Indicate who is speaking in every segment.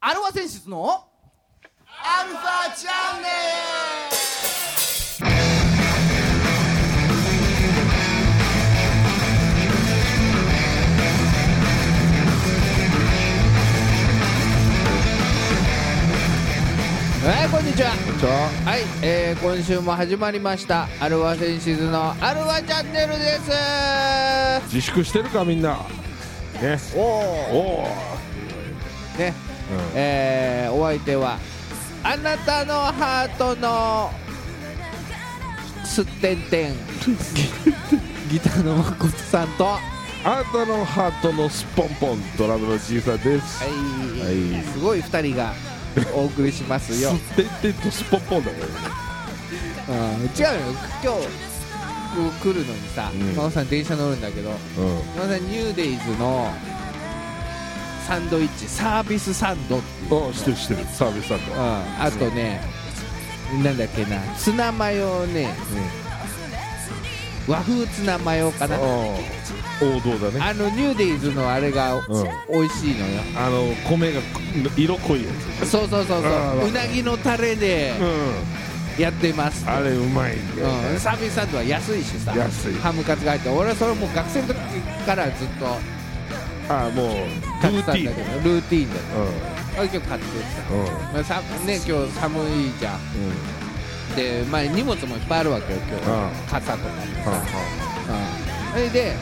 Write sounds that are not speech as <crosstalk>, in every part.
Speaker 1: アルファ選出のアルファチャンネルはいこんにちは
Speaker 2: じゃあ
Speaker 1: はい、えー今週も始まりましたアルファセンシズのアルファチャンネルです
Speaker 2: 自粛してるかみんなね
Speaker 1: お
Speaker 2: お
Speaker 1: お
Speaker 2: お
Speaker 1: ね、
Speaker 2: うん
Speaker 1: えーお相手はあなたのハートのすってん
Speaker 2: <laughs>
Speaker 1: てんギターの誠さんとは
Speaker 2: あなたのハートのすっぽんぽんドラムのじいさんです
Speaker 1: い、
Speaker 2: はい
Speaker 1: すごい2人がお送りしますよ、
Speaker 2: すってんてんとすっぽんぽんだからね
Speaker 1: うん、違うよ今日来るのにさ
Speaker 2: うん
Speaker 1: 真央、さん電車乗るんだけど
Speaker 2: うん
Speaker 1: 真央さんニューデイズのサンドイッチサービスサンドっていう
Speaker 2: あしてるしてるサービスさんと
Speaker 1: うん、あとね、なんだっけな、ツナマヨをね、和風ツナマヨかな、
Speaker 2: 王道だね
Speaker 1: あのニューデイズのあれが
Speaker 2: うん
Speaker 1: 美味しいのよ、
Speaker 2: あの米が色濃いや
Speaker 1: そうそうそうそ
Speaker 2: あー
Speaker 1: う、うなぎのタレで
Speaker 2: つうん
Speaker 1: やってます、
Speaker 2: あれうまいんだよね
Speaker 1: うん、サービスサンドは安いしさ、
Speaker 2: 安い
Speaker 1: ハムカツが入って、俺はそれもう学生の時からずっと
Speaker 2: あもう
Speaker 1: 買っ
Speaker 2: ル
Speaker 1: て
Speaker 2: ー
Speaker 1: た
Speaker 2: テ
Speaker 1: ん
Speaker 2: ィ
Speaker 1: だ
Speaker 2: ー
Speaker 1: け
Speaker 2: ン
Speaker 1: ど、ルーティーンだよ、
Speaker 2: うん
Speaker 1: あ今日買ってき
Speaker 2: うんうん
Speaker 1: た、まあさね、今日寒いじゃん、で、まあ、荷物もいっぱいあるわけよ、今日、
Speaker 2: うん
Speaker 1: 傘とかもさ。
Speaker 2: は
Speaker 1: うんそれで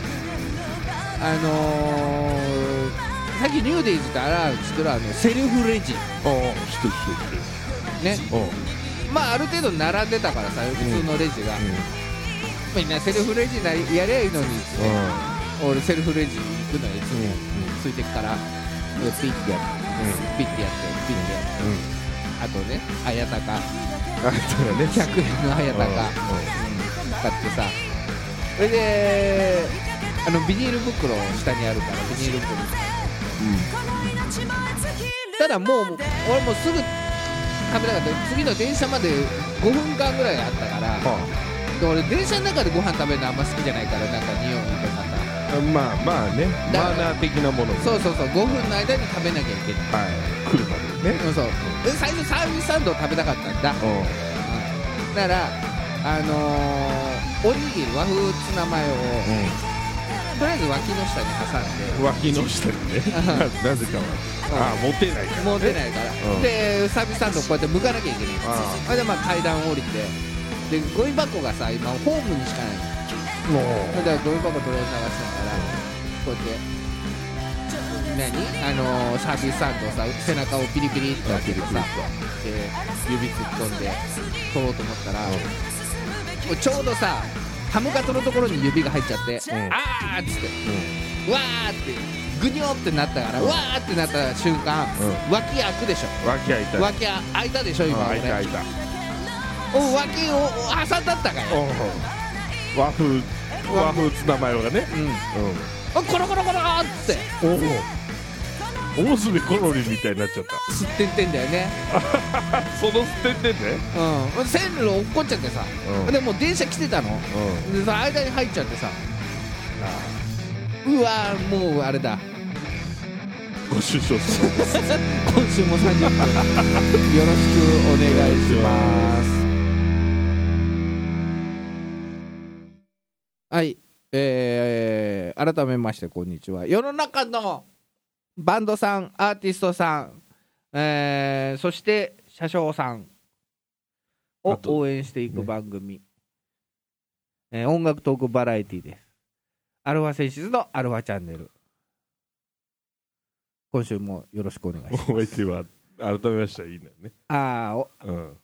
Speaker 1: あのー、さっきニューデイズってあらあるんですけどあのセルフレジ
Speaker 2: あはああしてるしてる
Speaker 1: ね
Speaker 2: してるうん
Speaker 1: まあある程度並んでたからさ普通のレジが、みんなセルフレジなりやりゃいいのにっつって、俺セルフレジ行くのよいつも、ついてくからでピッてやってピッてやってピッてやって
Speaker 2: うんうんうん
Speaker 1: あとね綾鷹
Speaker 2: あそうだね
Speaker 1: 100円の綾鷹買ってさそれであのビニール袋下にあるからビニール袋ただもう俺もうすぐ食べたかった次の電車まで5分間ぐらいあったから、で俺電車の中でご飯食べるのあんま好きじゃないからなんか匂いとかさ
Speaker 2: うんまあまあね
Speaker 1: だ
Speaker 2: マナー的なもの
Speaker 1: そううそうそう5分の間に食べなきゃいけない
Speaker 2: はい来るまでね
Speaker 1: うんそうで最初サービスサンドを食べたかったんだ、うん
Speaker 2: う
Speaker 1: だからあのー、おにぎり和風ツナマヨをとりあえず脇の下に挟んで
Speaker 2: ん脇の下にねななぜかはああモテないから
Speaker 1: もう出ないから、
Speaker 2: うん
Speaker 1: でサービスサンドこうやって向かなきゃいけない
Speaker 2: あ
Speaker 1: それでまあ階段降りてでゴミ箱がさ今ホームにしかない
Speaker 2: も
Speaker 1: だからゴミ箱とりあえず探してたからこうやって何あのー、サービスサンドをさ背中をピリピリって開けてさ
Speaker 2: あピリ
Speaker 1: で
Speaker 2: ピリっ
Speaker 1: 指突っ込んで取ろうと思ったら、
Speaker 2: うん
Speaker 1: もうちょうどさハムカツのところに指が入っちゃって、
Speaker 2: ん
Speaker 1: あーっつって
Speaker 2: ううん
Speaker 1: わーってぐにょってなったからわーってなった瞬間、
Speaker 2: う
Speaker 1: 脇開くでしょ
Speaker 2: 脇開いた
Speaker 1: 脇あ開いたでしょ今
Speaker 2: 開
Speaker 1: 俺
Speaker 2: いた開いた
Speaker 1: お脇をお挟んだったかよ、
Speaker 2: うん和風
Speaker 1: 和
Speaker 2: 和
Speaker 1: 風
Speaker 2: 風ツナマヨがね
Speaker 1: うん、おコロコロコローっつって
Speaker 2: うんおおおむすびコロリみたいになっちゃった
Speaker 1: 吸ってってんだよね
Speaker 2: その捨ててね
Speaker 1: うん線路落っこっちゃってさ、
Speaker 2: うん
Speaker 1: でもう電車来てたの
Speaker 2: う
Speaker 1: でさ間に入っちゃってさ
Speaker 2: んあ
Speaker 1: うわーもうあれだ <laughs>
Speaker 2: ご出所する
Speaker 1: 今週も30分
Speaker 2: <laughs>
Speaker 1: よろしくお願いしますはいえー、改めましてこんにちは世の中のバンドさんアーティストさん、えー、そして車掌さん
Speaker 2: あ
Speaker 1: を
Speaker 2: と
Speaker 1: 応援していく
Speaker 2: ね
Speaker 1: 番組、えー音楽トークバラエティですアルファセンシズのアルファチャンネル今週もよろしくお願いします
Speaker 2: お相手は改めましたらいいんだよね
Speaker 1: ああお
Speaker 2: うん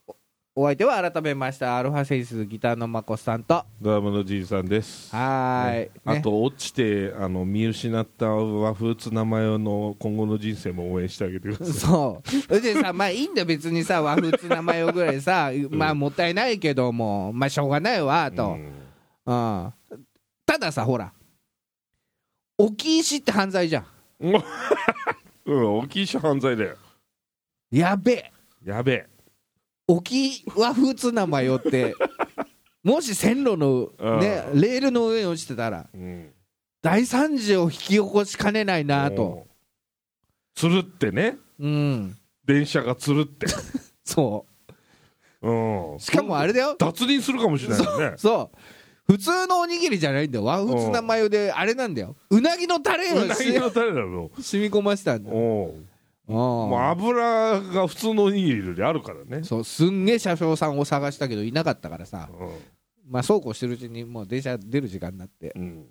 Speaker 1: お相手は改めましたアルファセンスギターのまこさんとは
Speaker 2: ドラムのじいさんです
Speaker 1: ーい、
Speaker 2: あ
Speaker 1: ね
Speaker 2: と落ちてあの見失った和風ツナマヨの今後の人生も応援してあげてください
Speaker 1: そうそれでさまあいいんだよ別にさ和風ツナマヨぐらいさ、まあもったいないけどもまあしょうがないわと、
Speaker 2: うん
Speaker 1: うんたださほら置き石って犯罪じゃん
Speaker 2: うん、大きいし犯罪だよ
Speaker 1: やべえ
Speaker 2: やべえ
Speaker 1: 沖和風ツナマヨって
Speaker 2: <laughs>
Speaker 1: もし線路のねレールの上に落ちてたら
Speaker 2: うん
Speaker 1: 大惨事を引き起こしかねないなと
Speaker 2: うんつるってね
Speaker 1: うん
Speaker 2: 電車がつるって、
Speaker 1: そ
Speaker 2: う
Speaker 1: <laughs>
Speaker 2: ん、
Speaker 1: うしかもあれだよ
Speaker 2: 脱輪するかもしれないよね
Speaker 1: そう普通のおにぎりじゃないんだよ和風ツナマヨであれなんだようなぎのタレ
Speaker 2: う
Speaker 1: を
Speaker 2: な
Speaker 1: し
Speaker 2: ぎのタレだろ
Speaker 1: 染み込ませたんだよ
Speaker 2: お
Speaker 1: あー
Speaker 2: うもう油が普通のおにぎりよりあるからね
Speaker 1: そうすんげえ車掌さんを探したけどいなかったからさ、
Speaker 2: う
Speaker 1: まあ、そうこうしてるうちにもう電車出る時間になって
Speaker 2: んうん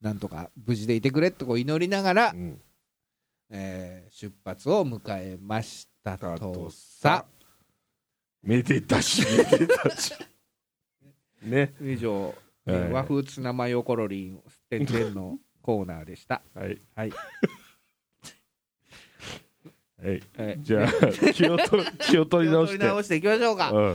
Speaker 1: なんとか無事でいてくれってこう祈りながら
Speaker 2: う、ん
Speaker 1: えー出発を迎えました
Speaker 2: だと
Speaker 1: とさ
Speaker 2: めでたしめでたしね
Speaker 1: 以上、
Speaker 2: はい
Speaker 1: えー和風ツナマヨコロリンてんてんのコーナーでした、
Speaker 2: はい
Speaker 1: はい
Speaker 2: はい
Speaker 1: えー
Speaker 2: じゃあ気を
Speaker 1: <laughs>
Speaker 2: 取気を取り直して
Speaker 1: 気を直していきましょうか、は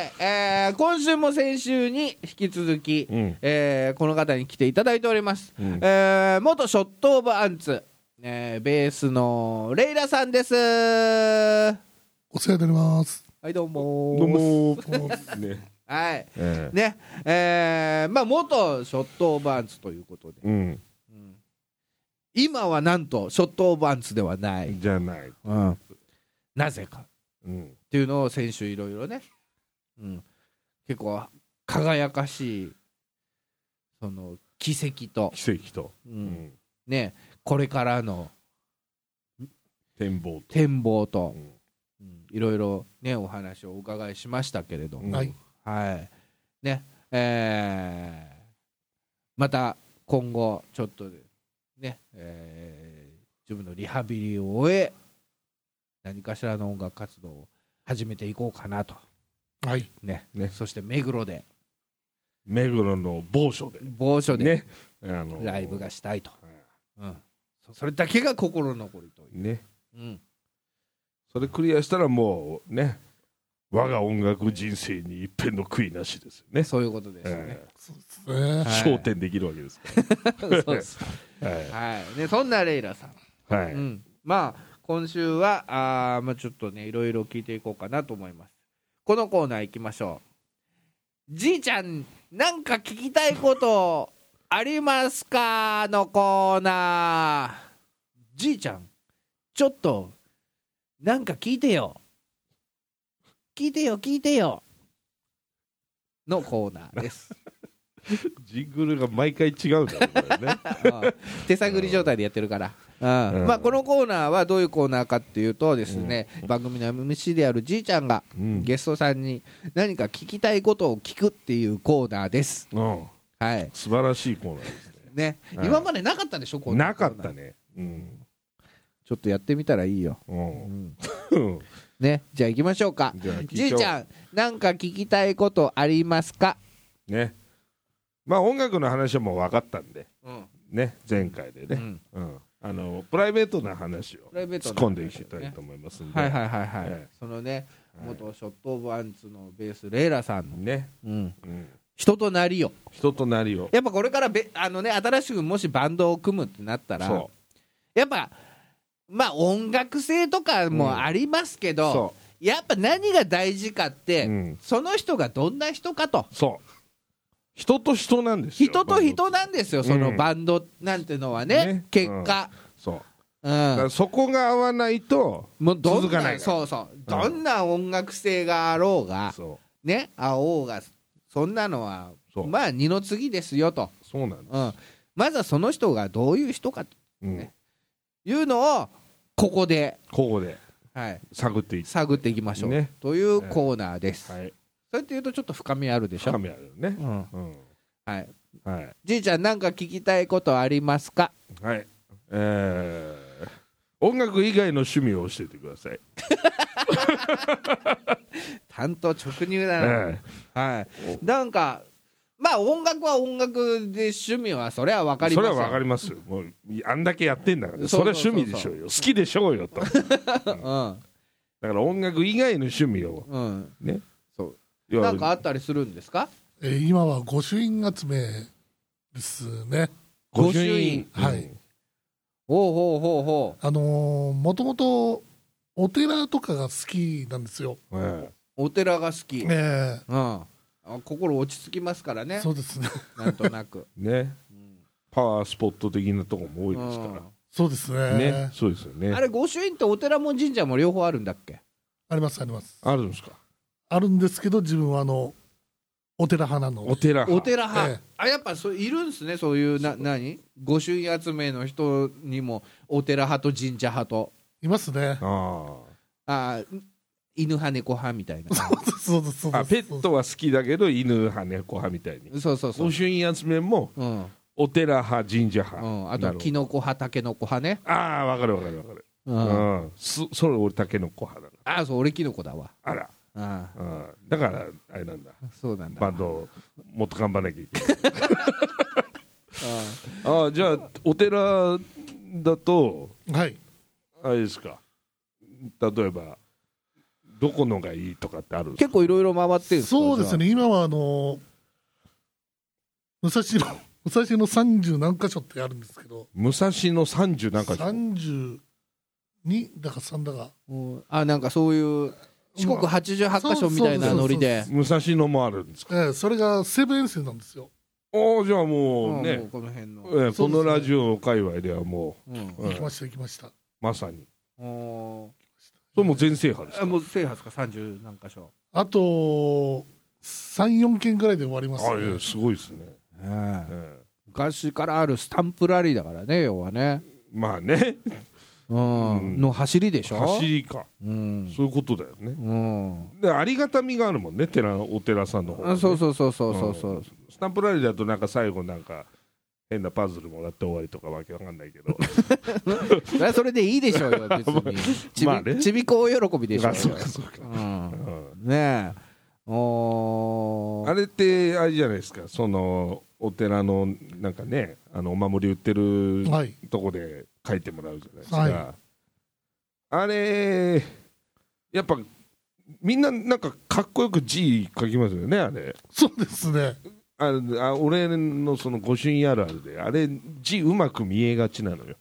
Speaker 1: い、えー今週も先週に引き続き、
Speaker 2: うん
Speaker 1: えーこの方に来ていただいております、
Speaker 2: うんうん
Speaker 1: えー元ショット・オブ・アンツ、えーベースのレイラさんですは
Speaker 3: お世話になります。
Speaker 1: いどうもー
Speaker 2: どうもーね
Speaker 1: はい
Speaker 2: ええ
Speaker 1: ねえーまあ元ショット・オブ・アンツということで、
Speaker 2: うん
Speaker 1: うん今はなんとショット・オブ・アンツではない、
Speaker 2: じゃない
Speaker 1: うんなぜかっ
Speaker 2: うん
Speaker 1: ていうのを先週いろいろね、うん、結構輝かしいその奇跡と、
Speaker 2: 奇跡と
Speaker 1: う
Speaker 2: うんん
Speaker 1: ねこれからの
Speaker 2: 展望と
Speaker 1: 展望と、
Speaker 2: う
Speaker 1: う
Speaker 2: ん
Speaker 1: んいろいろねお話をお伺いしましたけれども、
Speaker 3: はい
Speaker 1: はいねえーまた今後ちょっとね、えー自分のリハビリを終え何かしらの音楽活動を始めていこうかなと
Speaker 3: はい。
Speaker 1: ね
Speaker 2: ね
Speaker 1: そして目黒で
Speaker 2: 目黒の某所で
Speaker 1: 某所で
Speaker 2: ねあの
Speaker 1: ライブがしたいと、うんそそれだけが心残りという、
Speaker 2: ね
Speaker 1: うん、
Speaker 2: それクリアしたらもうね我が音楽人生に一片の悔いなしですよね
Speaker 1: そういうことですよね
Speaker 2: え、
Speaker 3: そうですね
Speaker 2: え。
Speaker 1: はい
Speaker 2: 焦点できるわけですか
Speaker 1: <laughs> そうです
Speaker 2: らはい
Speaker 1: はいねそんなレイラさん
Speaker 2: は
Speaker 1: う
Speaker 2: い
Speaker 1: ん、まあ今週はあー、まあ、ちょっとねいろいろ聞いていこうかなと思いますこのコーナー行きましょうじいちゃんなんか聞きたいことありますかのコーナーじいちゃんちょっとなんか聞いてよ聞いてよ聞いてよのコーナーです
Speaker 2: ジングルが毎回違うんだよこ
Speaker 1: <laughs>
Speaker 2: れね
Speaker 1: うん手探り状態でやってるから、うん
Speaker 2: うん
Speaker 1: まあ、このコーナーはどういうコーナーかっていうとですね、番組の MC であるじいちゃんが
Speaker 2: うん
Speaker 1: ゲストさんに何か聞きたいことを聞くっていうコーナーです。
Speaker 2: うん
Speaker 1: はい
Speaker 2: 素晴らしいコーナーですね
Speaker 1: ね、
Speaker 2: はい
Speaker 1: 今までなかったでしょ、こん
Speaker 2: なかっ
Speaker 1: コーナ
Speaker 2: た
Speaker 1: ー
Speaker 2: ねうん
Speaker 1: ちょっとやってみたらいいよ。
Speaker 2: う
Speaker 1: うんんね、じゃあ行きましょうか。
Speaker 2: じゃあ聞いち
Speaker 1: じ
Speaker 2: ゃおう
Speaker 1: いちゃん、なんか聞きたいことありますか、
Speaker 2: ねまあ音楽の話はもう分かったんで
Speaker 1: うん
Speaker 2: ね前回でねうんあのプライベートな話を
Speaker 1: プライベート
Speaker 2: 突っ
Speaker 1: な
Speaker 2: 込んでいきたいと思いますんで
Speaker 1: はいはいはいはい、
Speaker 2: はい
Speaker 1: そのね、
Speaker 2: はい
Speaker 1: 元ショット・オブ・アンツのベース、レイラさんの、
Speaker 2: ね
Speaker 1: うん
Speaker 2: うん
Speaker 1: 人となりよ。
Speaker 2: 人となりを
Speaker 1: やっぱこれからべあの、ね、新しくもしバンドを組むってなったら、
Speaker 2: そ
Speaker 1: やっぱ、まあ、音楽性とかもありますけ
Speaker 2: う
Speaker 1: ど、
Speaker 2: そ
Speaker 1: やっぱ何が大事かって、
Speaker 2: ううん
Speaker 1: その人がどんな人かと、
Speaker 2: そう人と人なんですよ
Speaker 1: 人と人なんですよ、その
Speaker 2: うん
Speaker 1: バンドなんてのはね、
Speaker 2: ね
Speaker 1: 結果、
Speaker 2: そう
Speaker 1: うん
Speaker 2: だからそこが合わないと
Speaker 1: もうどん
Speaker 2: 続かないから
Speaker 1: そうそう、どんな音楽性があろうが、
Speaker 2: そ
Speaker 1: ね、あおうが、そんなのは
Speaker 2: うそう
Speaker 1: まあ二の次ですよと、
Speaker 2: そうなんだ
Speaker 1: うん、まずはその人がどういう人かと
Speaker 2: うん
Speaker 1: ねいうのを、ここで、
Speaker 2: ここで
Speaker 1: はい、
Speaker 2: 探っていっ
Speaker 1: 探っていきましょう、
Speaker 2: ね
Speaker 1: というコーナーです。
Speaker 2: てはい
Speaker 1: そうやって言うとちょっと深みあるでしょ
Speaker 2: カ。メラでね
Speaker 1: うん
Speaker 2: うん
Speaker 1: はい、
Speaker 2: はい
Speaker 1: じいちゃん、なんか聞きたいことありますか
Speaker 2: はいえー音楽以外の趣味を教えてください
Speaker 1: 担当直入だな、
Speaker 2: え
Speaker 1: はい、なんかまあ音楽は音楽で趣味はそれは分か
Speaker 2: え
Speaker 1: り
Speaker 2: そ
Speaker 1: ま
Speaker 2: れ
Speaker 1: す
Speaker 2: はわか
Speaker 1: よ
Speaker 2: りますよもうあんだけやってんだから
Speaker 1: そ
Speaker 2: そう
Speaker 1: そ
Speaker 2: れ
Speaker 1: う
Speaker 2: は
Speaker 1: そうそう
Speaker 2: 趣味でしょうよ好きでしょう
Speaker 1: <laughs>
Speaker 2: よとだか
Speaker 1: うん
Speaker 2: ら音楽以外の趣味を
Speaker 1: うん
Speaker 2: ね
Speaker 1: そ
Speaker 2: いうわ
Speaker 1: なんかあったりするんですか
Speaker 3: えー今は御朱印集めですね。
Speaker 1: 御朱印
Speaker 2: 御
Speaker 3: はい
Speaker 2: うん
Speaker 1: ほうほうほうほ
Speaker 3: あのー、もともとお寺とかが好きなんですよ。
Speaker 2: え
Speaker 1: うお寺が好き、
Speaker 3: ええ
Speaker 1: うんあ心落ち着きますからね
Speaker 3: そうですね。 <laughs>
Speaker 2: <laughs>
Speaker 1: なんとなく、
Speaker 2: えね
Speaker 1: うん
Speaker 2: パワースポット的なとこも多いですか
Speaker 1: う
Speaker 2: ら
Speaker 1: ん
Speaker 3: そうですね
Speaker 2: ね、そうですよね。
Speaker 1: あれ御朱印ってお寺も神社も両方あるんだっけ
Speaker 3: ありますあります
Speaker 2: あるんですか。
Speaker 3: あるんですけど自分はあのお寺派なの
Speaker 2: お寺派。
Speaker 1: お寺派、
Speaker 3: ええ
Speaker 1: あやっぱそういるんですねそういうな何御朱印集めの人にもお寺派と神社派と
Speaker 3: いますね
Speaker 2: あ
Speaker 1: あー犬派猫派みたいな
Speaker 3: そうです <laughs> そうですそ
Speaker 2: あ。
Speaker 3: うで
Speaker 2: あ、
Speaker 3: す
Speaker 2: ペットは好きだけど犬派猫派みたいに。
Speaker 1: そうそうそう
Speaker 2: 御、朱印集めも
Speaker 1: うん
Speaker 2: お寺派神社
Speaker 1: う
Speaker 2: 派。
Speaker 1: ん、あと
Speaker 2: なるほど
Speaker 1: キノコ派タケノコ派ね、
Speaker 2: ああ、わかるわかるわかる。
Speaker 1: う、
Speaker 2: うん
Speaker 1: あ
Speaker 2: ん。そそれ俺タケノコ派だ
Speaker 1: あそう俺キノコだわ
Speaker 2: な。あら。
Speaker 1: あ
Speaker 2: うん。だからあれなんだ。
Speaker 1: あそうなんだ
Speaker 2: バンドをもっと頑張らなきゃいけない。
Speaker 1: <laughs> あ
Speaker 2: ああじゃあお寺だと
Speaker 3: はい
Speaker 2: あれですか例えばどこのがいいとかってあるんです
Speaker 1: 結構いろいろ回ってるんか
Speaker 3: そうですね今はあの武蔵野 <laughs> 武蔵野三十何箇所ってあるんですけど
Speaker 2: 武蔵野三十なんか
Speaker 3: 三十だか3だか
Speaker 1: うんあなんかそういう四国八十八箇所みたいなノリで
Speaker 2: 武蔵野もあるんですか
Speaker 3: ええそれが西武沿線なんですよ
Speaker 2: ああじゃあ
Speaker 1: うん
Speaker 2: もう
Speaker 1: も
Speaker 2: ね
Speaker 1: う、この辺の、
Speaker 2: ええこのラジオ界隈ではも
Speaker 1: うん
Speaker 2: う、
Speaker 3: 行
Speaker 2: え
Speaker 3: き
Speaker 2: え
Speaker 3: ました行きました
Speaker 2: まさに
Speaker 1: お
Speaker 2: それもう全制覇です
Speaker 1: ー
Speaker 2: か
Speaker 1: もう制覇ですか三十何箇所
Speaker 3: あと34件ぐらいで終わります
Speaker 2: ああい
Speaker 3: ね
Speaker 2: やすごいですね、
Speaker 1: ええ
Speaker 2: え
Speaker 1: 昔からあるスタンプラリーだからね要はね、
Speaker 2: えまあね
Speaker 1: うん
Speaker 2: うん
Speaker 1: の走りでしょ
Speaker 2: 走りか
Speaker 1: うん、
Speaker 2: そういうことだよね
Speaker 1: うん、
Speaker 2: でありがたみがあるもんね寺お寺さんの方がね、
Speaker 1: あそうそうそうそうそうそう、
Speaker 2: スタンプラリーだとなんか最後なんか変なパズルもらって終わりとかわけわかんないけど
Speaker 1: それはそれでいいでしょう
Speaker 2: <laughs>
Speaker 1: よ別にちび,、
Speaker 2: まあね
Speaker 1: ちびこ大喜びでしょ
Speaker 2: あ
Speaker 1: う
Speaker 2: <laughs> そう
Speaker 1: よ
Speaker 2: かそうか、
Speaker 1: うん、
Speaker 2: う
Speaker 1: ねえお
Speaker 2: ん
Speaker 1: ー
Speaker 2: あれってあれじゃないですかそのお寺のなんかねあのお守り売ってる
Speaker 3: はい
Speaker 2: とこで書いてもらうじゃないですか、
Speaker 3: は
Speaker 2: あれやっぱみんななんかかっこよく字書きますよねあれ
Speaker 3: そうですね
Speaker 2: ああ俺のその御朱印あるあるであれ字うまく見えがちなのよ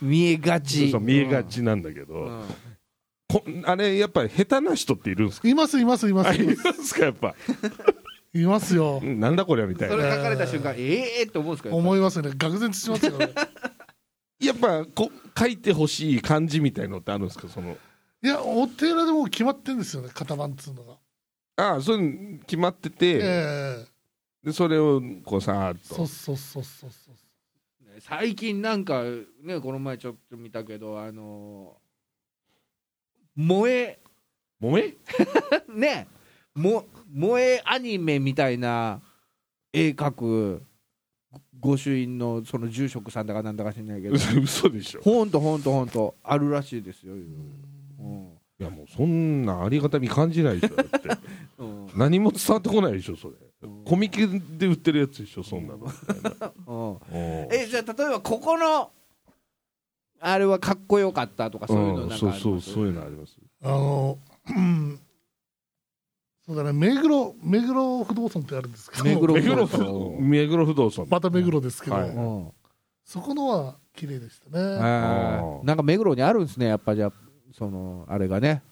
Speaker 1: 見えがち
Speaker 2: そう見えが、ちなんだけど、
Speaker 1: うんうん
Speaker 2: こあれやっぱり下手な人ってい
Speaker 3: <laughs>
Speaker 2: るんですか
Speaker 3: いますいますいま
Speaker 2: あ
Speaker 3: す
Speaker 2: いますかやっぱ
Speaker 3: いますよ
Speaker 2: うんなんだこりゃみたい
Speaker 1: そ
Speaker 2: な
Speaker 1: れ書かれた瞬間ええー、って思うんですけど
Speaker 3: 思いますね愕然としますよね
Speaker 2: やっぱこ書いてほしい漢字みたいのってあるんですかその
Speaker 3: いやお寺でもう決まってるんですよね型番っつうのが
Speaker 2: ああそういうの決まってて、
Speaker 3: ええ
Speaker 2: でそれをこうさーっ
Speaker 3: そう
Speaker 2: と
Speaker 3: そうそうそうそう
Speaker 1: 最近なんかねこの前ちょっと見たけどあのー萌え
Speaker 2: 「も <laughs> め
Speaker 1: ねも萌えアニメみたいな絵描く御朱印のその住職さんだかなんだか知んないけ
Speaker 2: <laughs>
Speaker 1: ど
Speaker 2: 嘘嘘でしょ
Speaker 1: ほんとほんとほんとあるらしいですよ、うん
Speaker 2: いやもうそんなありがたみ感じないでしょだって
Speaker 1: うん
Speaker 2: 何も伝わってこないでしょそれ
Speaker 1: うん
Speaker 2: コミケで売ってるやつでしょそんなの
Speaker 1: うん
Speaker 2: おー
Speaker 1: えじゃあ例えばここのあれはかっこよかったとかそういうの
Speaker 2: うん
Speaker 1: なんか
Speaker 2: そ
Speaker 1: あり
Speaker 2: う
Speaker 1: ます
Speaker 2: そうそういうのあります
Speaker 3: あの、うんそうだね、目黒、目黒不動産ってあるんですけど、
Speaker 1: 目黒
Speaker 2: 目
Speaker 1: 不動
Speaker 2: 黒
Speaker 1: 産
Speaker 2: 不目黒不動産
Speaker 3: また目黒ですけど、
Speaker 2: はいう
Speaker 1: うん
Speaker 3: そこのは綺麗でしたね。
Speaker 1: あ
Speaker 2: あ
Speaker 1: ー
Speaker 2: ー
Speaker 1: なんか目黒にあるんですねやっぱじゃあそのあれがね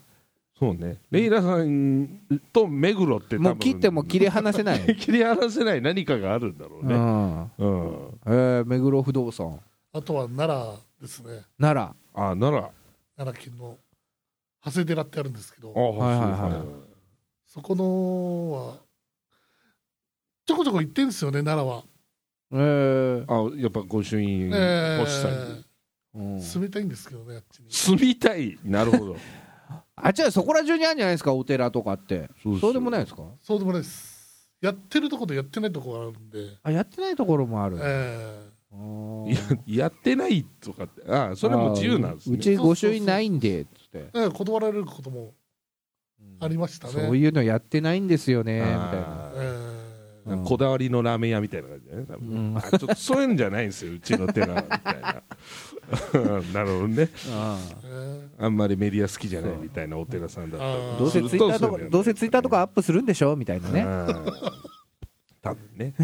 Speaker 2: そうねレイラさんと目黒って多分
Speaker 1: もう切っても切り離せない、
Speaker 2: <laughs> 切り離せない何かがあるんだろう
Speaker 1: う
Speaker 2: ね、
Speaker 1: ん
Speaker 2: うん
Speaker 1: えー、目黒不動産
Speaker 3: あとは奈良ですね、
Speaker 1: 奈良
Speaker 2: あなら
Speaker 3: 奈良県の長谷寺ってあるんですけ
Speaker 2: あ
Speaker 3: ど、
Speaker 2: はい
Speaker 1: はいはいはい
Speaker 3: そこのは、ちょこちょこ行ってんですよね、奈良は。
Speaker 1: えー
Speaker 2: あやっぱ御朱印
Speaker 3: え
Speaker 2: 欲しさに、
Speaker 3: ー
Speaker 1: うん
Speaker 3: 住みたいんですけどね、あっちに。
Speaker 2: 住みたいなる
Speaker 1: <laughs>
Speaker 2: ほど
Speaker 1: あじゃあそこら中にあるんじゃないですかお寺とかって
Speaker 2: そう
Speaker 1: そうでもないです
Speaker 2: か
Speaker 1: か
Speaker 3: そうでもないです。やってるとことやってないとこがあるんで、
Speaker 1: あやってないところもある、
Speaker 3: え
Speaker 1: あー
Speaker 2: ややってないとかってあそれも自由なんですね
Speaker 1: あーうち御朱印ないんでっつって
Speaker 3: ーえー断られることもありましたね。
Speaker 1: そういうのやってないんですよねみたいな
Speaker 2: あー
Speaker 3: え
Speaker 1: うん
Speaker 2: こだわりのラーメン屋みたいな感じだね多分ね、
Speaker 1: うん
Speaker 2: あちょっとそういうんじゃないんですようちの寺はみたいなうんなるほどね
Speaker 1: あ
Speaker 3: ーえ
Speaker 2: あんまりメディア好きじゃないみたいなお寺さんだったら
Speaker 3: あ
Speaker 1: ーどうせ
Speaker 2: ずっ
Speaker 1: ツイッターと
Speaker 2: そうなんだ
Speaker 1: か
Speaker 2: よね
Speaker 1: どうせツイッターとかアップするんでしょみたいなね、
Speaker 2: うん多分ね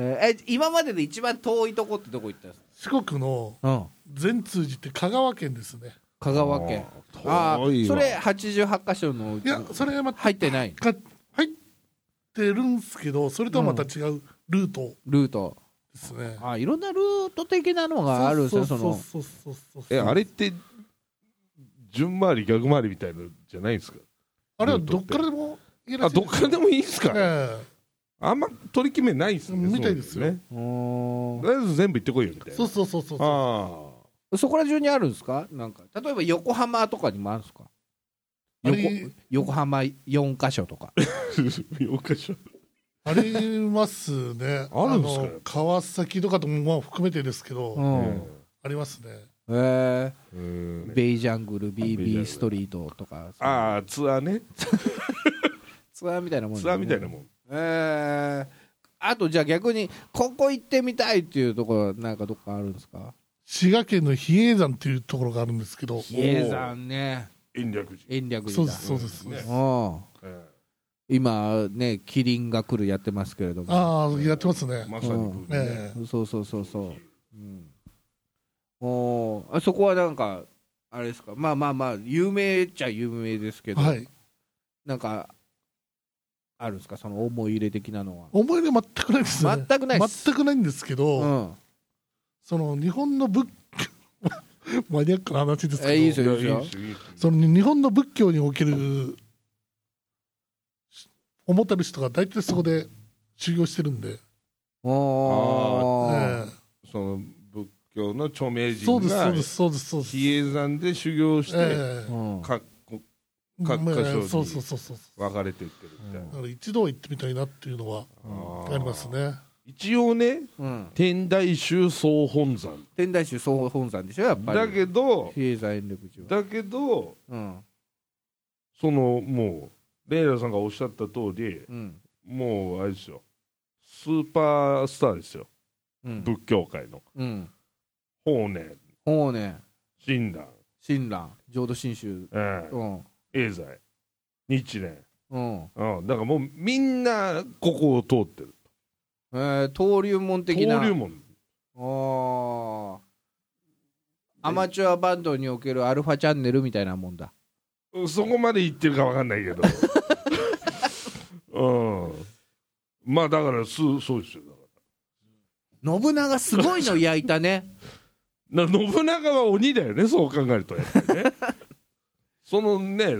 Speaker 1: えーえ今までで一番遠いとこってどこ行ったんですか、
Speaker 3: ー四国の
Speaker 1: うん、
Speaker 3: 全通寺って香川県ですね
Speaker 1: 香川県あ
Speaker 2: あー
Speaker 1: あ
Speaker 2: 遠いわ
Speaker 1: それ88箇所のうち
Speaker 3: いやそれはまた
Speaker 1: 入ってない
Speaker 3: か入ってるんですけどそれとはまた違うルート
Speaker 1: ルート
Speaker 3: ですね。
Speaker 1: あいろんなルート的なのがあるんです
Speaker 3: そう
Speaker 1: よ
Speaker 3: そ
Speaker 1: そうの
Speaker 3: そうそうそう。
Speaker 2: えあれって順回り逆回りみたいなのじゃないんですか
Speaker 3: あれはどっからでもいい
Speaker 2: あどっからでもいいんすか、
Speaker 3: え
Speaker 2: あんま取り決めないんすね
Speaker 3: みたいですよ
Speaker 2: そうね
Speaker 1: うーん
Speaker 2: とりあえず全部行ってこいよみたい
Speaker 3: え
Speaker 2: な
Speaker 3: そうそうそうそう。
Speaker 2: ああ
Speaker 1: そこら中にあるんですかなんか例えば横浜とかにもあるんですか
Speaker 3: あ
Speaker 1: 横
Speaker 3: れ
Speaker 1: 横浜4か所とか
Speaker 2: 4か所。
Speaker 3: ありますね
Speaker 2: <laughs> あるんですか
Speaker 3: あの川崎とかともまあ含めてですけど、
Speaker 1: うん、
Speaker 3: ありますね。
Speaker 1: え
Speaker 2: うん
Speaker 1: ー
Speaker 2: うん
Speaker 1: ベイジャングル
Speaker 2: ベイジャング
Speaker 1: BB
Speaker 2: ル
Speaker 1: ストリートとか
Speaker 2: ああツアーね
Speaker 1: ツアーみたいなもんです
Speaker 2: ツ
Speaker 1: ね
Speaker 2: アーみたいなもん
Speaker 1: えー、あとじゃあ逆にここ行ってみたいっていうところはなんかどっかあるんですか
Speaker 3: 滋賀県の比叡山っていうところがあるんですけど、
Speaker 1: 比叡山ね
Speaker 2: 延暦寺
Speaker 1: 延暦
Speaker 3: そ
Speaker 1: 寺
Speaker 3: う
Speaker 1: だ
Speaker 3: ですそうですね。
Speaker 1: うん
Speaker 2: え
Speaker 1: 今ねキリンが来るやってますけれども
Speaker 3: ああやってます
Speaker 2: え
Speaker 3: ね。
Speaker 2: まさに僕ね、
Speaker 3: え
Speaker 1: そうそうそうそう、うん、おーあそこはなんかあれですかまあまあまあ有名っちゃ有名ですけ
Speaker 3: え
Speaker 1: ど、
Speaker 3: はい。
Speaker 1: なんかあるんですかその思い入れ的なのは
Speaker 3: 思い出全くないですね。
Speaker 1: 全くないっす
Speaker 3: 全くないんですけど、
Speaker 1: うん
Speaker 3: その日本の仏教 <laughs> マニアックな話ですけど、
Speaker 1: えいいです
Speaker 2: い
Speaker 1: よ
Speaker 2: や
Speaker 1: いいですよ
Speaker 2: いいですよいいですよ
Speaker 3: その日本の仏教における思ってる人が大体そこで修行してるんで、
Speaker 1: おー
Speaker 3: え
Speaker 2: その仏教の著名
Speaker 3: えそう
Speaker 2: 人
Speaker 3: です
Speaker 2: が
Speaker 3: そうですそうですそうです。
Speaker 2: 比叡山で修行して、
Speaker 3: ええ
Speaker 1: うん
Speaker 2: かっこ各
Speaker 3: まあ
Speaker 2: 箇所に
Speaker 3: そうそうそうそう。
Speaker 2: 分かれていってるみたいな
Speaker 3: だ、から一度は行ってみたいなっていうのは
Speaker 2: あー
Speaker 3: ありますね。
Speaker 2: 一応ね
Speaker 1: うん、
Speaker 2: 天台宗総本山
Speaker 1: 天台宗総本山でしょやっぱり
Speaker 2: だけど
Speaker 1: 比叡山延暦寺は
Speaker 2: だけど
Speaker 1: うん
Speaker 2: そのもうレイラさんがおっしゃった通り
Speaker 1: うん
Speaker 2: もうあれですよスーパースターですよ、
Speaker 1: うん
Speaker 2: 仏教界の
Speaker 1: うん
Speaker 2: 法然
Speaker 1: 法然
Speaker 2: 親鸞
Speaker 1: 親鸞浄土真宗
Speaker 2: え
Speaker 1: うん
Speaker 2: え永在日蓮
Speaker 1: うん
Speaker 2: うん、だからもうみんなここを通ってる
Speaker 1: えー、登竜門的な
Speaker 2: 登竜門
Speaker 1: おーアマチュアバンドにおけるアルファチャンネルみたいなもんだ
Speaker 2: そこまで行ってるか分かんな
Speaker 1: <laughs>
Speaker 2: いけど、うん、まあだからすそうですよ
Speaker 1: 信長すごいの焼いたね
Speaker 2: だからな信長は鬼だよねそう考えるとやっ
Speaker 1: <laughs>
Speaker 2: ぱりねそのね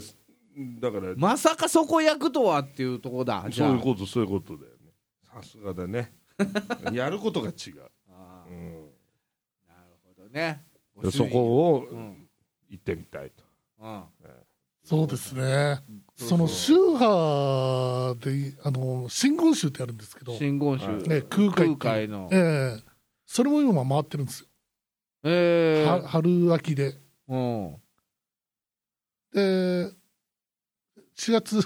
Speaker 2: だから
Speaker 1: <laughs> まさかそこ焼くとはっていうとこだじ
Speaker 2: そ
Speaker 1: ゃあ
Speaker 2: ういうことそういうことだよねさすがだね <laughs> やることが違う、
Speaker 1: あー
Speaker 2: う
Speaker 1: なるほどね
Speaker 2: ん、そこを
Speaker 1: うん
Speaker 2: 行ってみたいと
Speaker 1: うん
Speaker 3: そうですね。その宗派で、あの、真言宗ってあるんですけど、ね、
Speaker 1: 真言宗、
Speaker 2: はい
Speaker 3: 空海
Speaker 1: 空
Speaker 3: っていう。
Speaker 1: 海のえ
Speaker 3: ええそれも今回ってるんですよ。
Speaker 1: え
Speaker 3: は春、秋で。
Speaker 1: うん
Speaker 3: で、4月、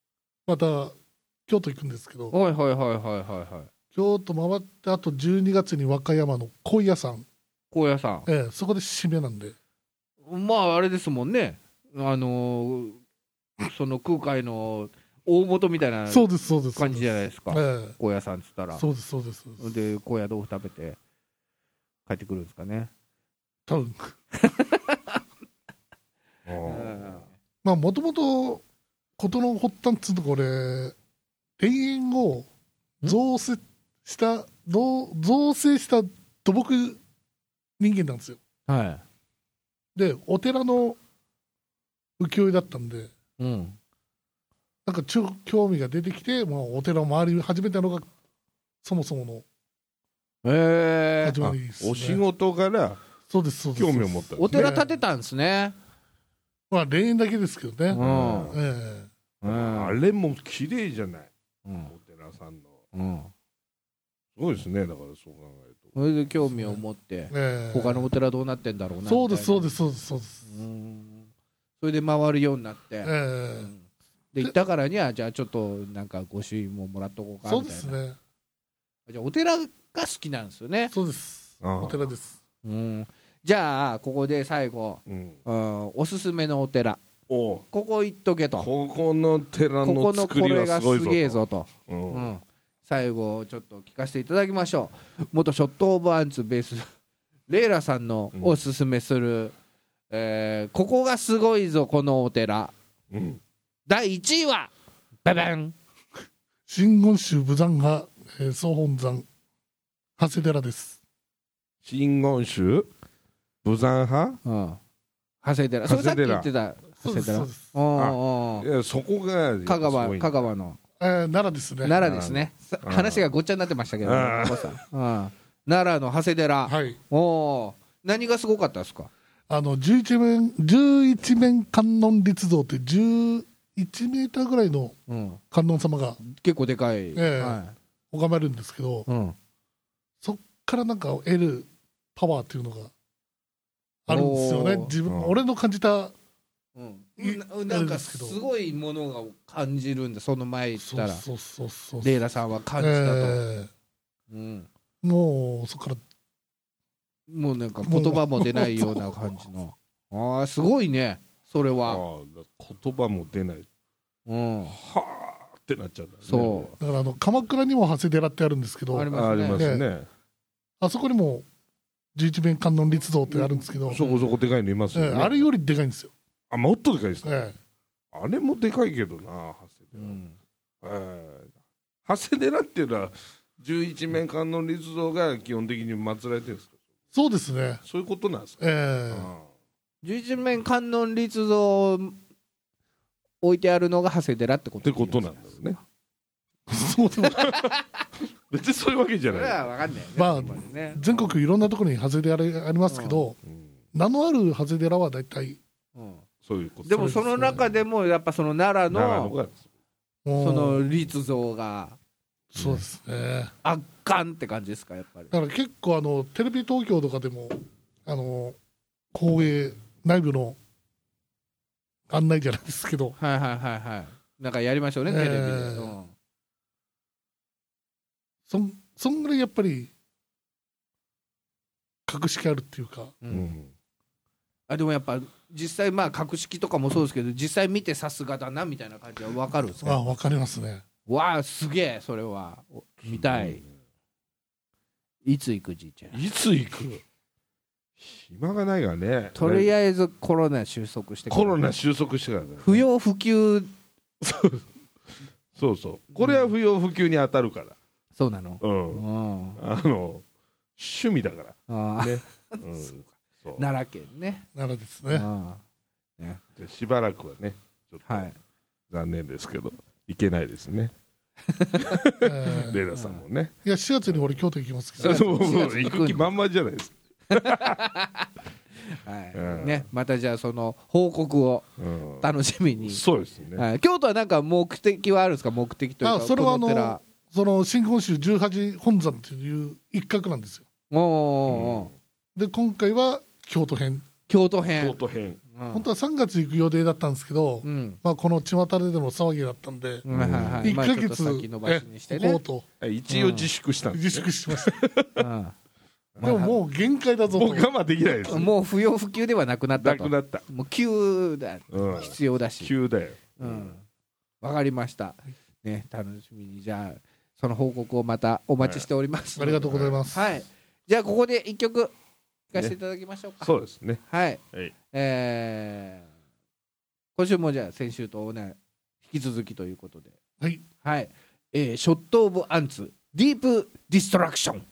Speaker 3: <laughs> また京都行くんですけど、
Speaker 1: はいはいはいはいはいはい
Speaker 3: 京都回って、あと12月に和歌山の高野山、
Speaker 1: 高野山
Speaker 3: ええそこで締めなんで、
Speaker 1: まああれですもんねあのーその空海の大元みたいな
Speaker 3: そうです、そうです。
Speaker 1: 感じじゃないですか
Speaker 3: え
Speaker 1: 高野山っつったら
Speaker 3: えそうです、そうです。そうです
Speaker 1: で高野豆腐食べて帰ってくるんですかね、
Speaker 3: 多分
Speaker 1: うん
Speaker 3: まあもともと事の発端っつうとこれ田園を造成した造造成した土木人間なんですよ
Speaker 1: は
Speaker 3: でお寺の浮世絵だったんで
Speaker 1: い、うん、
Speaker 3: なんかちょ興味が出てきて、まあ、お寺を回り始めたのがそもそもの
Speaker 1: え
Speaker 3: 始まりです、ね
Speaker 2: お仕事から
Speaker 3: そうですそうです
Speaker 2: 興味を持ったん
Speaker 1: お
Speaker 2: です
Speaker 1: 寺建てたんですね
Speaker 3: まあ田園だけですけどね、
Speaker 1: うん
Speaker 3: ええ
Speaker 1: うん
Speaker 2: あれも綺麗じゃない
Speaker 1: うん
Speaker 2: お寺さんの
Speaker 1: うん
Speaker 2: すごいですねだからそう考えると
Speaker 1: それで興味を持って
Speaker 3: ええ
Speaker 1: 他のお寺どうなってんだろうな
Speaker 3: そうですそうですすそうですそうです、
Speaker 1: それで回るようになって、
Speaker 3: え
Speaker 1: う
Speaker 3: え
Speaker 1: んで行ったからにはじゃあちょっとなんか御朱印ももらっとこうか
Speaker 3: そう
Speaker 1: み
Speaker 3: で
Speaker 1: たい
Speaker 3: す
Speaker 1: な、
Speaker 3: ね
Speaker 1: じゃあお寺が好きなんですよね、
Speaker 3: そうです
Speaker 2: ああ
Speaker 3: お寺です
Speaker 1: うん、じゃあここで最後、
Speaker 2: うん
Speaker 1: うん、おすすめのお寺
Speaker 2: おう
Speaker 1: ここ行っとけと
Speaker 2: ここの寺
Speaker 1: ここ
Speaker 2: の
Speaker 1: の
Speaker 2: 作
Speaker 1: こ
Speaker 2: り
Speaker 1: れ
Speaker 2: は
Speaker 1: が
Speaker 2: すごい
Speaker 1: す
Speaker 2: ぞ
Speaker 1: げえぞと、
Speaker 2: う
Speaker 1: うんん、最後ちょっと聞かせていただきましょう元ショット・オブ・アンツベース <laughs> レイラさんの
Speaker 2: うん
Speaker 1: おすすめする、えーここがすごいぞこのお寺
Speaker 2: うん
Speaker 1: 第1位はババン
Speaker 3: 真言宗武山派、えー総本山長谷寺です。
Speaker 2: 真言宗武山派
Speaker 1: うん長谷寺それさっき言ってた長
Speaker 3: そう
Speaker 1: 谷
Speaker 3: です
Speaker 1: 寺
Speaker 3: そううです。
Speaker 1: んうんうん
Speaker 2: いやそこが
Speaker 1: 香
Speaker 2: すご
Speaker 1: 川
Speaker 2: い
Speaker 1: 香川の
Speaker 3: えー、奈良ですね。
Speaker 1: 奈良ですねさ
Speaker 2: うん
Speaker 1: 話がごっちゃになってましたけどね
Speaker 2: うん
Speaker 1: お父さんうん奈良の長谷寺
Speaker 3: はい。
Speaker 1: おお何がすごかったですか
Speaker 3: あの、11面、11面観音立像って11メーターぐらいの
Speaker 1: うん
Speaker 3: 観音様が
Speaker 1: 結構でかい
Speaker 3: ええ
Speaker 1: は
Speaker 3: 拝めるんですけど
Speaker 1: い、うん
Speaker 3: そっからなんか得るパワーっていうのがあるんですよね。
Speaker 1: おー
Speaker 3: 自分、
Speaker 2: うん
Speaker 3: 俺の感じた、
Speaker 1: うんななんかすごいものを感じるんだその前行っ
Speaker 3: そ
Speaker 1: た
Speaker 3: う
Speaker 1: ら
Speaker 3: そうそうそう。
Speaker 1: レイラさんは感じたと
Speaker 3: え
Speaker 1: うん
Speaker 3: ーもう、そこから、
Speaker 1: もうなんか言葉も出ないような感じのああすごいねそれ
Speaker 2: あ
Speaker 1: は
Speaker 2: ー言葉も出ない
Speaker 1: うん
Speaker 2: はあってなっちゃうんだよね
Speaker 1: そ
Speaker 3: だからあの、鎌倉にも長谷寺ってあるんですけど、
Speaker 1: あり
Speaker 3: あ
Speaker 1: ますね
Speaker 2: ありますね
Speaker 3: そこにも11面観音立像ってあるんですけど、
Speaker 2: そこそこでかいのいます
Speaker 3: え
Speaker 2: よね
Speaker 3: ーあれよりでかいんですよ。
Speaker 2: あもっとでかいですね
Speaker 3: え
Speaker 2: あれもでかいけど
Speaker 1: う、う
Speaker 2: な長谷寺
Speaker 1: ん
Speaker 2: えー長谷寺っていうのは十一面観音立像が基本的に祀られてるんですか
Speaker 3: ーそうですね。
Speaker 2: そういうことなんですか
Speaker 3: えー
Speaker 1: 十一面観音立像置いてあるのが長谷寺ってこ
Speaker 2: っ
Speaker 1: と
Speaker 2: てことなんだろ <laughs> うね
Speaker 3: そうでも
Speaker 2: 別にそういうわけじゃ
Speaker 1: それ
Speaker 2: ない
Speaker 1: は分かんないよね
Speaker 3: まあ
Speaker 1: やっぱりね
Speaker 3: 全国いろんなところに外れあれありますけど、
Speaker 2: うん
Speaker 3: 名のある外れらは大体
Speaker 1: うん
Speaker 2: そういうこと
Speaker 1: でもその中でもやっぱその奈良
Speaker 2: 長野
Speaker 1: の
Speaker 2: が
Speaker 3: も
Speaker 1: そうの立像が
Speaker 3: そうですね
Speaker 1: 圧巻って感じですかやっぱり
Speaker 3: だから結構あのテレビ東京とかでもあの公営内部の案内じゃないですけど
Speaker 1: はいはいはいはいなんかやりましょうねテレビで、
Speaker 3: えー
Speaker 1: うん
Speaker 3: そんそんぐらいやっぱり格式あるっていうか
Speaker 1: う
Speaker 2: うんん
Speaker 1: あでもやっぱ実際まあ格式とかもそうですけど実際見てさすがだなみたいな感じは分かるんです
Speaker 3: あ
Speaker 1: か
Speaker 3: 分かりますね
Speaker 1: わあすげえそれはお見たいいつ行くじいちゃん
Speaker 2: いつ行く暇がないからね
Speaker 1: とりあえずコロナ収束してから
Speaker 2: コロナ収束してからね
Speaker 1: 不要不急
Speaker 2: そうそうこれは不要不急に当たるから
Speaker 1: そうなの
Speaker 2: う
Speaker 1: うんん
Speaker 2: あの趣味だか
Speaker 1: あ
Speaker 2: ら
Speaker 1: ー
Speaker 2: ねう
Speaker 1: <laughs>
Speaker 2: んそう
Speaker 1: 奈良県ね
Speaker 3: 奈良です
Speaker 1: う
Speaker 3: ね
Speaker 1: ん
Speaker 2: でしばらくはねちょっと
Speaker 1: はい
Speaker 2: 残念ですけど行けないですね
Speaker 3: え
Speaker 2: レ
Speaker 3: ー
Speaker 2: イラさんもね
Speaker 3: いや4月に俺京都行きますけ
Speaker 2: そ
Speaker 3: ど
Speaker 2: う
Speaker 1: う
Speaker 2: そう
Speaker 1: そう
Speaker 2: もう行く気満々じゃないですか
Speaker 1: は
Speaker 2: うん
Speaker 1: いねまたじゃあその報告を
Speaker 2: うん
Speaker 1: 楽しみに
Speaker 2: そうですね
Speaker 1: はい京都はなんか目的はあるんですか目的という
Speaker 3: あ
Speaker 1: か
Speaker 3: それはあの
Speaker 1: こ寺
Speaker 3: その真言宗18本山っていう一角なんですよ
Speaker 1: おーおーおー
Speaker 3: で今回は京都編
Speaker 1: 京都
Speaker 2: 京
Speaker 1: 編
Speaker 2: 都編
Speaker 1: うん
Speaker 3: 本当は3月行く予定だったんですけど、
Speaker 1: うん
Speaker 3: まあ、この巷での騒ぎだったんで、
Speaker 1: うんはいはいはい
Speaker 3: 一
Speaker 1: まあ
Speaker 3: 1
Speaker 1: ち
Speaker 3: ヶ
Speaker 1: ょっと
Speaker 3: 月、
Speaker 1: 先延ばしにして
Speaker 3: え
Speaker 1: ね
Speaker 3: 行こ
Speaker 2: 一応自粛した
Speaker 3: うんと
Speaker 2: で
Speaker 3: 自
Speaker 2: すね
Speaker 3: 粛しました、
Speaker 1: うん
Speaker 3: でももう限界だぞ
Speaker 2: もう
Speaker 3: と
Speaker 2: 我慢できないです
Speaker 1: もう不要不急ではなくなった
Speaker 2: な
Speaker 1: と
Speaker 2: くなった
Speaker 1: もう急だ
Speaker 2: うん
Speaker 1: 必要だし
Speaker 2: 急だよ
Speaker 1: うんわかりましたね楽しみにじゃあその報告をまたお待ちしております
Speaker 3: <laughs> ありがとうございます、
Speaker 1: はいじゃあここで一曲聴かせていただきましょうか
Speaker 2: そうですね
Speaker 1: はい
Speaker 2: はい
Speaker 1: えー今週もじゃあ先週とね引き続きということでは
Speaker 3: はい、
Speaker 1: はいえーショット・オブ・アンツディープ・ディストラクション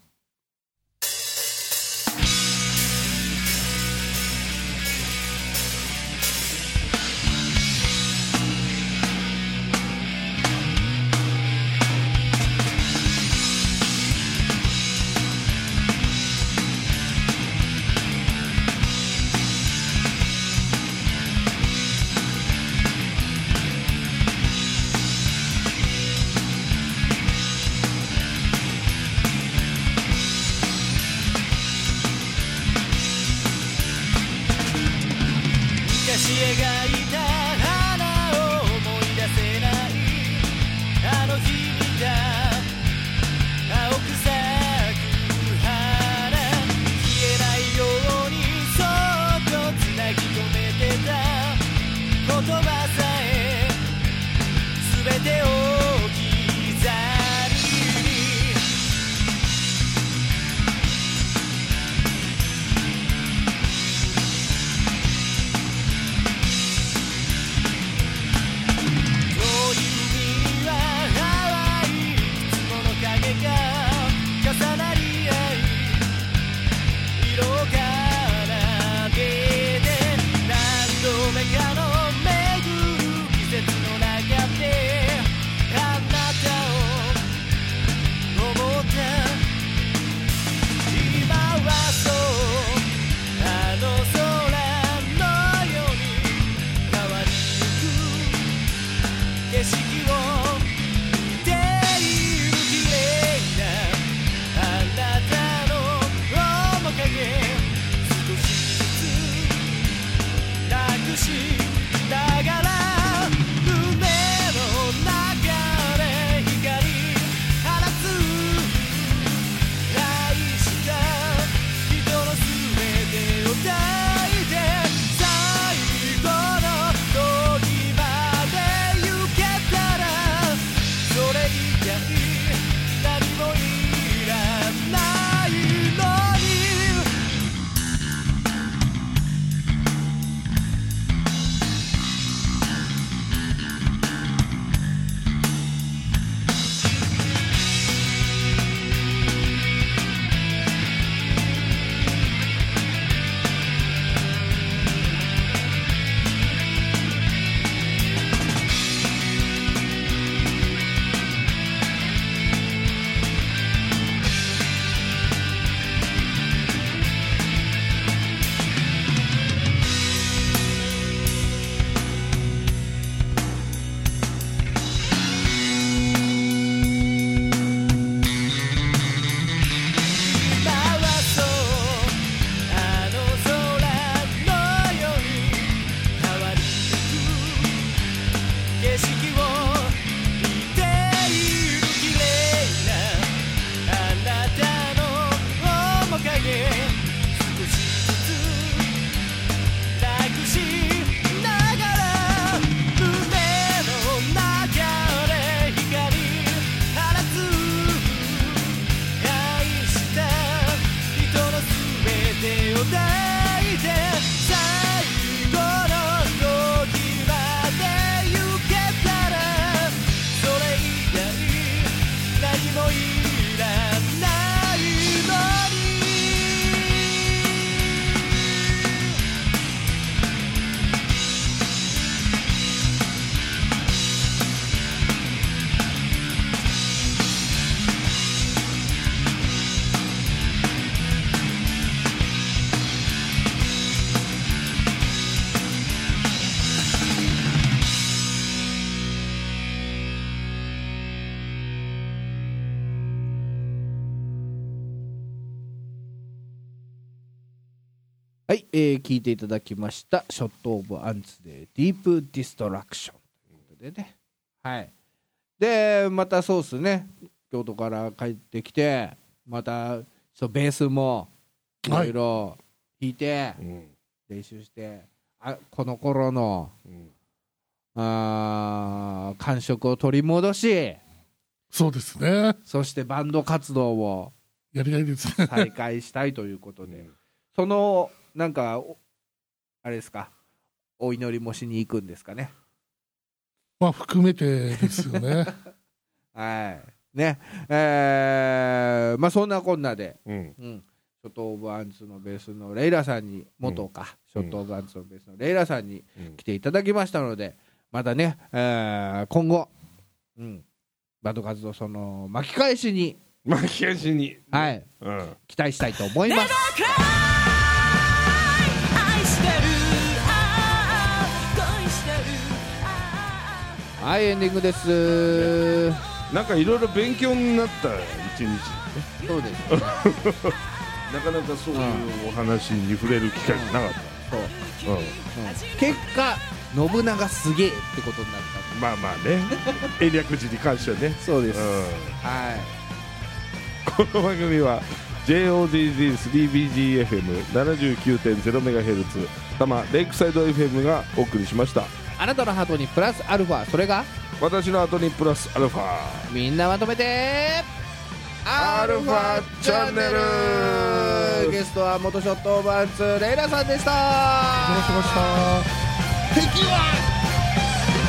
Speaker 4: 昔描いた花を思い出せないあの日見た青く咲く花消えないようにそっとつなぎ止めてた言葉さえ全てを刻み「
Speaker 1: はい、えー聞いていただきました「ショット・オブ・アンツ」で「ディープ・ディストラクション」ということでねはいでまたそうっすね京都から帰ってきてまたそうベースもいろ
Speaker 3: はい
Speaker 1: いろ弾いて
Speaker 2: うん
Speaker 1: 練習して、あこの頃の
Speaker 2: うん
Speaker 1: あー感触を取り戻し
Speaker 3: そうですね。
Speaker 1: そしてバンド活動 <laughs> を
Speaker 3: やりたいですね。
Speaker 1: 再開したいということで、
Speaker 2: うん
Speaker 1: そのなんかおあれですかお祈りもしに行くんですかね
Speaker 3: まあ、含めてですよね。
Speaker 1: はいねえーまあそんなこんなで、
Speaker 2: うん
Speaker 1: うん、ショット・オブ・アンツのベースのレイラさんに元か、ショット・オブ・アンツのベースのレイラさんに
Speaker 2: うん
Speaker 1: 来ていただきましたのでまたね、えー今後、うん、バンド活動その巻き返しに、
Speaker 2: 巻き返しに
Speaker 1: はい、
Speaker 2: うん
Speaker 1: 期待したいと思い
Speaker 4: 願
Speaker 1: ま
Speaker 4: い
Speaker 1: す。
Speaker 4: 愛してるああ恋してるあ
Speaker 1: はい、エンディングです。
Speaker 2: なんかいろいろ勉強になった一日
Speaker 1: そうです。
Speaker 2: なかなかそういうお話に触れる機会がなかっ
Speaker 1: そう。
Speaker 2: た、うん
Speaker 1: うん結果、信長すげえってことになっ
Speaker 2: まあまあ
Speaker 1: <laughs>
Speaker 2: ね英略寺に関してはね、
Speaker 1: た。そう
Speaker 2: う
Speaker 1: で
Speaker 2: ん。、
Speaker 1: はい。
Speaker 2: この番組は JODD3BGFM79.0MHz 多摩レイクサイド FM がお送りしました
Speaker 1: あなたのハートにプラスアルファ、それが
Speaker 2: 私の後にプラスアルファ
Speaker 1: みんなまとめて。ア
Speaker 2: ルファチャンネル
Speaker 1: ゲストは元ショットオーバーツレイラさんでした。
Speaker 3: どうしました
Speaker 1: 敵は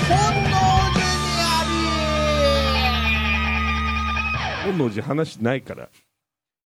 Speaker 1: 本能寺にあり。
Speaker 2: 本能寺話ないから